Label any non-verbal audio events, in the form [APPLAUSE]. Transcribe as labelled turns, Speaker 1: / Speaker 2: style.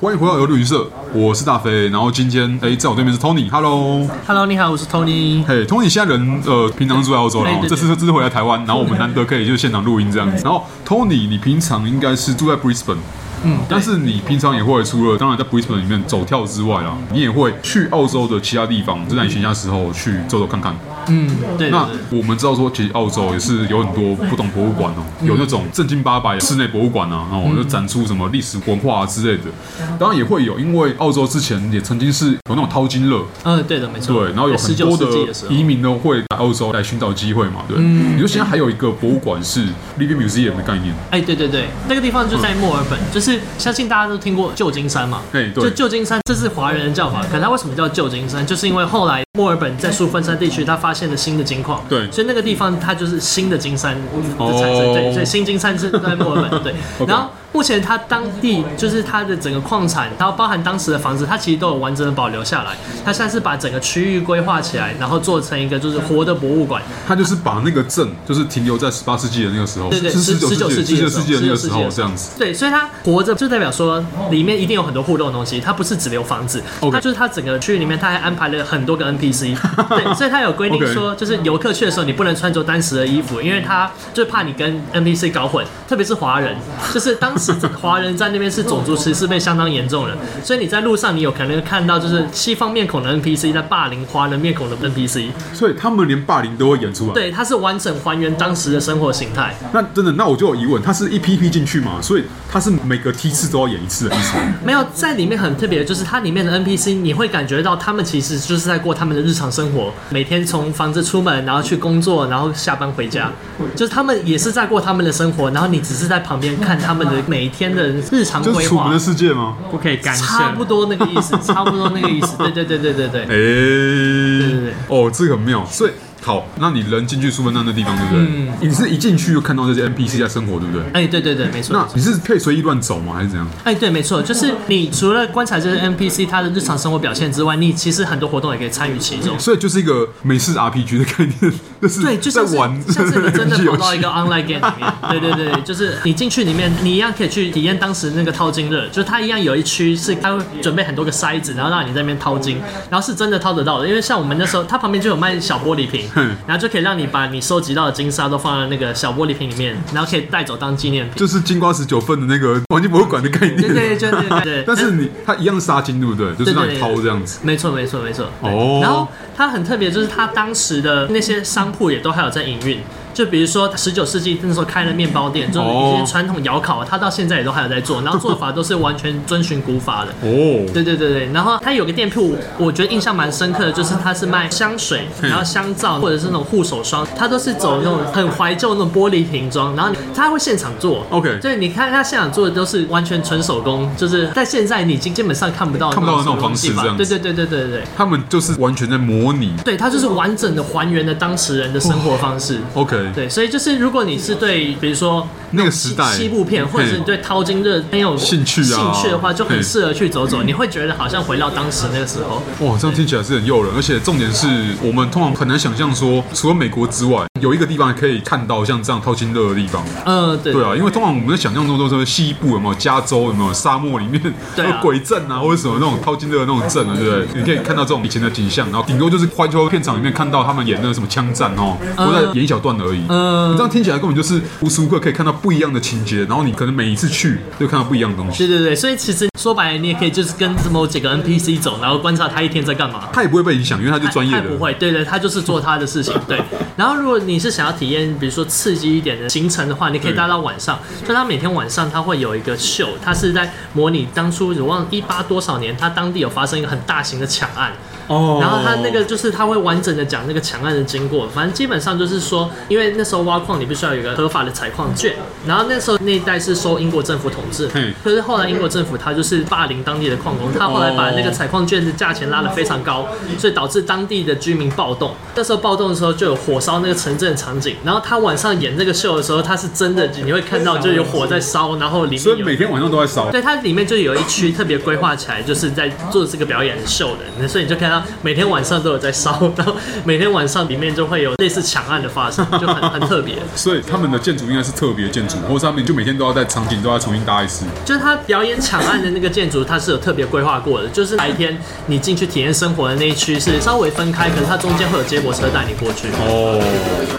Speaker 1: 欢迎回到有旅社，我是大飞。然后今天，哎，在我对面是 Tony，Hello。
Speaker 2: Hello，你好，我是 Tony。
Speaker 1: 嘿，Tony 现在人呃，平常住在澳洲，
Speaker 2: 对
Speaker 1: 然后
Speaker 2: 对
Speaker 1: 这次这次回来台湾，然后我们难得可以就现场录音这样子。然后 Tony，你平常应该是住在 Brisbane，
Speaker 2: 嗯，
Speaker 1: 但是你平常也会除了当然在 Brisbane 里面走跳之外啊，你也会去澳洲的其他地方，就在你闲暇时候去走走看看。
Speaker 2: 对对
Speaker 1: 那
Speaker 2: 对
Speaker 1: 我们知道说，其实澳洲也是有很多不同博物馆哦，
Speaker 2: 嗯
Speaker 1: 有那种正经八百的室内博物馆啊，然后就展出什么历史文化啊之类的。当然也会有，因为澳洲之前也曾经是有那种淘金热，
Speaker 2: 嗯，对的，没错。
Speaker 1: 对，然后有很多
Speaker 2: 19世纪的时候嗯
Speaker 1: 移民呢会来澳洲来寻找机会嘛，对。你说现在还有一个博物馆是 Living Museum 的概念，
Speaker 2: 哎，对对对，那个地方就在墨尔本，就是相信大家都听过旧金山嘛。
Speaker 1: 哎对
Speaker 2: 就旧金山，这是华人的叫法，可它为什么叫旧金山？就是因为后来墨尔本在苏芬山地区，它发现了新的金矿，
Speaker 1: 对
Speaker 2: 所以那个地方它就是新的金山
Speaker 1: 哦
Speaker 2: 的产生，对，所以新金山是在墨尔
Speaker 1: [LAUGHS]
Speaker 2: 本，对
Speaker 1: OK。
Speaker 2: 然后目前它当地就是它的整个矿产，它包含当时的房子，它其实都有完整的保留下来。它现在是把整个区域规划起来，然后做成一个就是活的博物馆，
Speaker 1: 它就是把那个镇就是停留在十八世纪的那个时候，
Speaker 2: 对对，
Speaker 1: 是十九
Speaker 2: 九
Speaker 1: 世纪
Speaker 2: 纪
Speaker 1: 19
Speaker 2: 的
Speaker 1: 世纪的那个时
Speaker 2: 19世纪
Speaker 1: 候
Speaker 2: 的
Speaker 1: 这样子。。
Speaker 2: 对，所以它活着就代表说里面一定有很多互动的东西，它不是只留房子，
Speaker 1: OK
Speaker 2: 它就是它整个区域里面，它还安排了很多
Speaker 1: [LAUGHS]
Speaker 2: 个 NPC 。对，所以它有规定
Speaker 1: OK
Speaker 2: 说，就是游客去的时候，你不能穿着单时的衣服，因为它就是怕你跟 NPC 搞混，特别是华人，就是当时华人在那边是种族歧视被相当严重的，所以你在路上你有可能看到就是西方面孔的 NPC 在霸凌华人面孔的 NPC，
Speaker 1: 所以他们连霸凌都会演出来。
Speaker 2: 对，它是完整还原当时的生活形态。
Speaker 1: 那真的，那我就有疑问，他是一批一批进去嘛，所以他是每个梯次都要演一次的意思吗。
Speaker 2: 没有在里面很特别，就是它里面的 NPC，你会感觉到他们其实就是在过他们的日常生活，每天从房子出门，然后去工作，然后下班回家，就是他们也是在过他们的生活，然后你只是在旁边看他们的每一天的日常
Speaker 1: 就
Speaker 2: 规
Speaker 1: 是楚门
Speaker 2: 划
Speaker 1: 的，世界吗？
Speaker 3: 不可以干涉。
Speaker 2: 差不多那个意思，差不多那个意
Speaker 1: [LAUGHS]
Speaker 2: 思，对对对对对对
Speaker 1: 哎、
Speaker 2: 对
Speaker 1: 哦，这个很妙。所以好，那你人进去苏芬丹的地方，对不对？
Speaker 2: 嗯
Speaker 1: 你是一进去就看到这些 NPC 在生活，对不对？
Speaker 2: 哎，对对对，没错。
Speaker 1: 那你是可以随意乱走吗？还是怎样？
Speaker 2: 哎，对，没错，就是你除了观察这些 NPC 他的日常生活表现之外，你其实很多活动也可以参与其中。
Speaker 1: 所以就是一个美式 RPG 的概念， [LAUGHS] 就是
Speaker 2: 对，就
Speaker 1: 在
Speaker 2: 像是
Speaker 1: 玩 [LAUGHS]
Speaker 2: 像是你真的
Speaker 1: RPG
Speaker 2: 跑
Speaker 1: 游
Speaker 2: 到一
Speaker 1: 戏
Speaker 2: 个。online game 里面，对对对，就是你进去里面，你一样可以去体验当时那个淘金热，就是它一样有一区是它会准备很多个筛子，然后让你在那边淘金，然后是真的淘得到的，因为像我们那时候，它旁边就有卖小玻璃瓶，
Speaker 1: 嗯
Speaker 2: 然后就可以让你把你收集到的金沙都放在那个小玻璃瓶里面，然后可以带走当纪念品。
Speaker 1: 就是金瓜石九份的那个 [LAUGHS] 黄金博物馆的概念，
Speaker 2: 对对对对对对
Speaker 1: [LAUGHS] 但是你它一样杀金，对不对？就是让你
Speaker 2: 对对对
Speaker 1: 掏这样子。
Speaker 2: 没错，没错，没错。对
Speaker 1: 哦
Speaker 2: 然后它很特别，就是它当时的那些商铺也都还有在营运。就比如说十九世纪那时候开的面包店，就是一
Speaker 1: 哦
Speaker 2: 些传统窑烤，它啊到现在也都还有在做，然后做法都是完全遵循古法的。
Speaker 1: 哦，
Speaker 2: 对对对对，然后它有个店铺，我觉得印象蛮深刻的，就是它是卖香水，
Speaker 1: 嗯
Speaker 2: 然后香皂或者是那种护手霜，它都是走那种很怀旧那种玻璃瓶装，然后它会现场做。
Speaker 1: OK
Speaker 2: 对，你看它现场做的都是完全纯手工，就是在现在你已经基本上看不到
Speaker 1: 看不到的那种方式
Speaker 2: 地方
Speaker 1: 这样子
Speaker 2: 对对对对对对。
Speaker 1: 他们就是完全在模拟。
Speaker 2: 对，它就是完整的还原了当时人的生活方式。
Speaker 1: OK，
Speaker 2: 对，所以就是如果你是对，比如说
Speaker 1: 那个时代
Speaker 2: 西西部片，或者是你对淘金热很有
Speaker 1: 兴趣啊
Speaker 2: 兴趣的话，就
Speaker 1: 嘿
Speaker 2: 很适合去走走，你会觉得好像回到当时那个时候。
Speaker 1: 哇，这样听起来是很诱人，而且重点是我们通常很难想象说，除了美国之外，有一个地方可以看到像这样淘金热的地方。
Speaker 2: 嗯、对
Speaker 1: 对啊，因为通常我们在想象中都是西部有没有加州有没有沙漠里面
Speaker 2: 对啊
Speaker 1: 有 [LAUGHS] 鬼镇啊，或者什么那种淘金热的那种镇啊，对不对？你可以看到这种以前的景象，然后顶多就是环球片场里面看到他们演那个什么枪战哦，都在演一小段而已。嗯，你这样听起来根本就是无时无刻可以看到不一样的情节，然后你可能每一次去都看到不一样的东西。
Speaker 2: 对对对，所以其实说白了，你也可以就是跟某几个 NPC 走，然后观察他一天在干嘛。
Speaker 1: 他也不会被影响，因为他就专业
Speaker 2: 他
Speaker 1: 的。
Speaker 2: 不会，对对，他就是做他的事情，对。然后如果你是想要体验，比如说刺激一点的行程的话，你可以
Speaker 1: 对
Speaker 2: 待到晚上。就他每天晚上他会有一个秀，他是在模拟当初我忘一八多少年，他当地有发生一个很大型的抢案，
Speaker 1: 哦
Speaker 2: 然后他那个就是他会完整的讲那个抢案的经过，反正基本上就是说，因为那时候挖矿你必须要有一个合法的采矿券，然后那时候那一代是受英国政府统治
Speaker 1: 嘿，
Speaker 2: 可是后来英国政府他就是霸凌当地的矿工，他后来把那个采矿券的价钱拉得非常高，所以导致当地的居民暴动。那时候暴动的时候就有火烧那个城镇的场景，然后他晚上演那个秀的时候，他是真的你会看到就有火在烧，然后里面
Speaker 1: 所以
Speaker 2: 有
Speaker 1: 每天晚上都在烧。
Speaker 2: 对，它里面就有一区特别规划起来，就是在做这个表演秀的，所以你就看到那每天晚上都有在烧，然后每天晚上里面就会有类似抢案的发生，就很很特别。
Speaker 1: 所以他们的建筑应该是特别建筑，或者他们就每天都要在场景都要重新搭一次。
Speaker 2: 就是他表演抢案的那个建筑，它是有特别规划过的。就是白天你进去体验生活的那一区是稍微分开，可是它中间会有接驳车带你过去。
Speaker 1: 哦，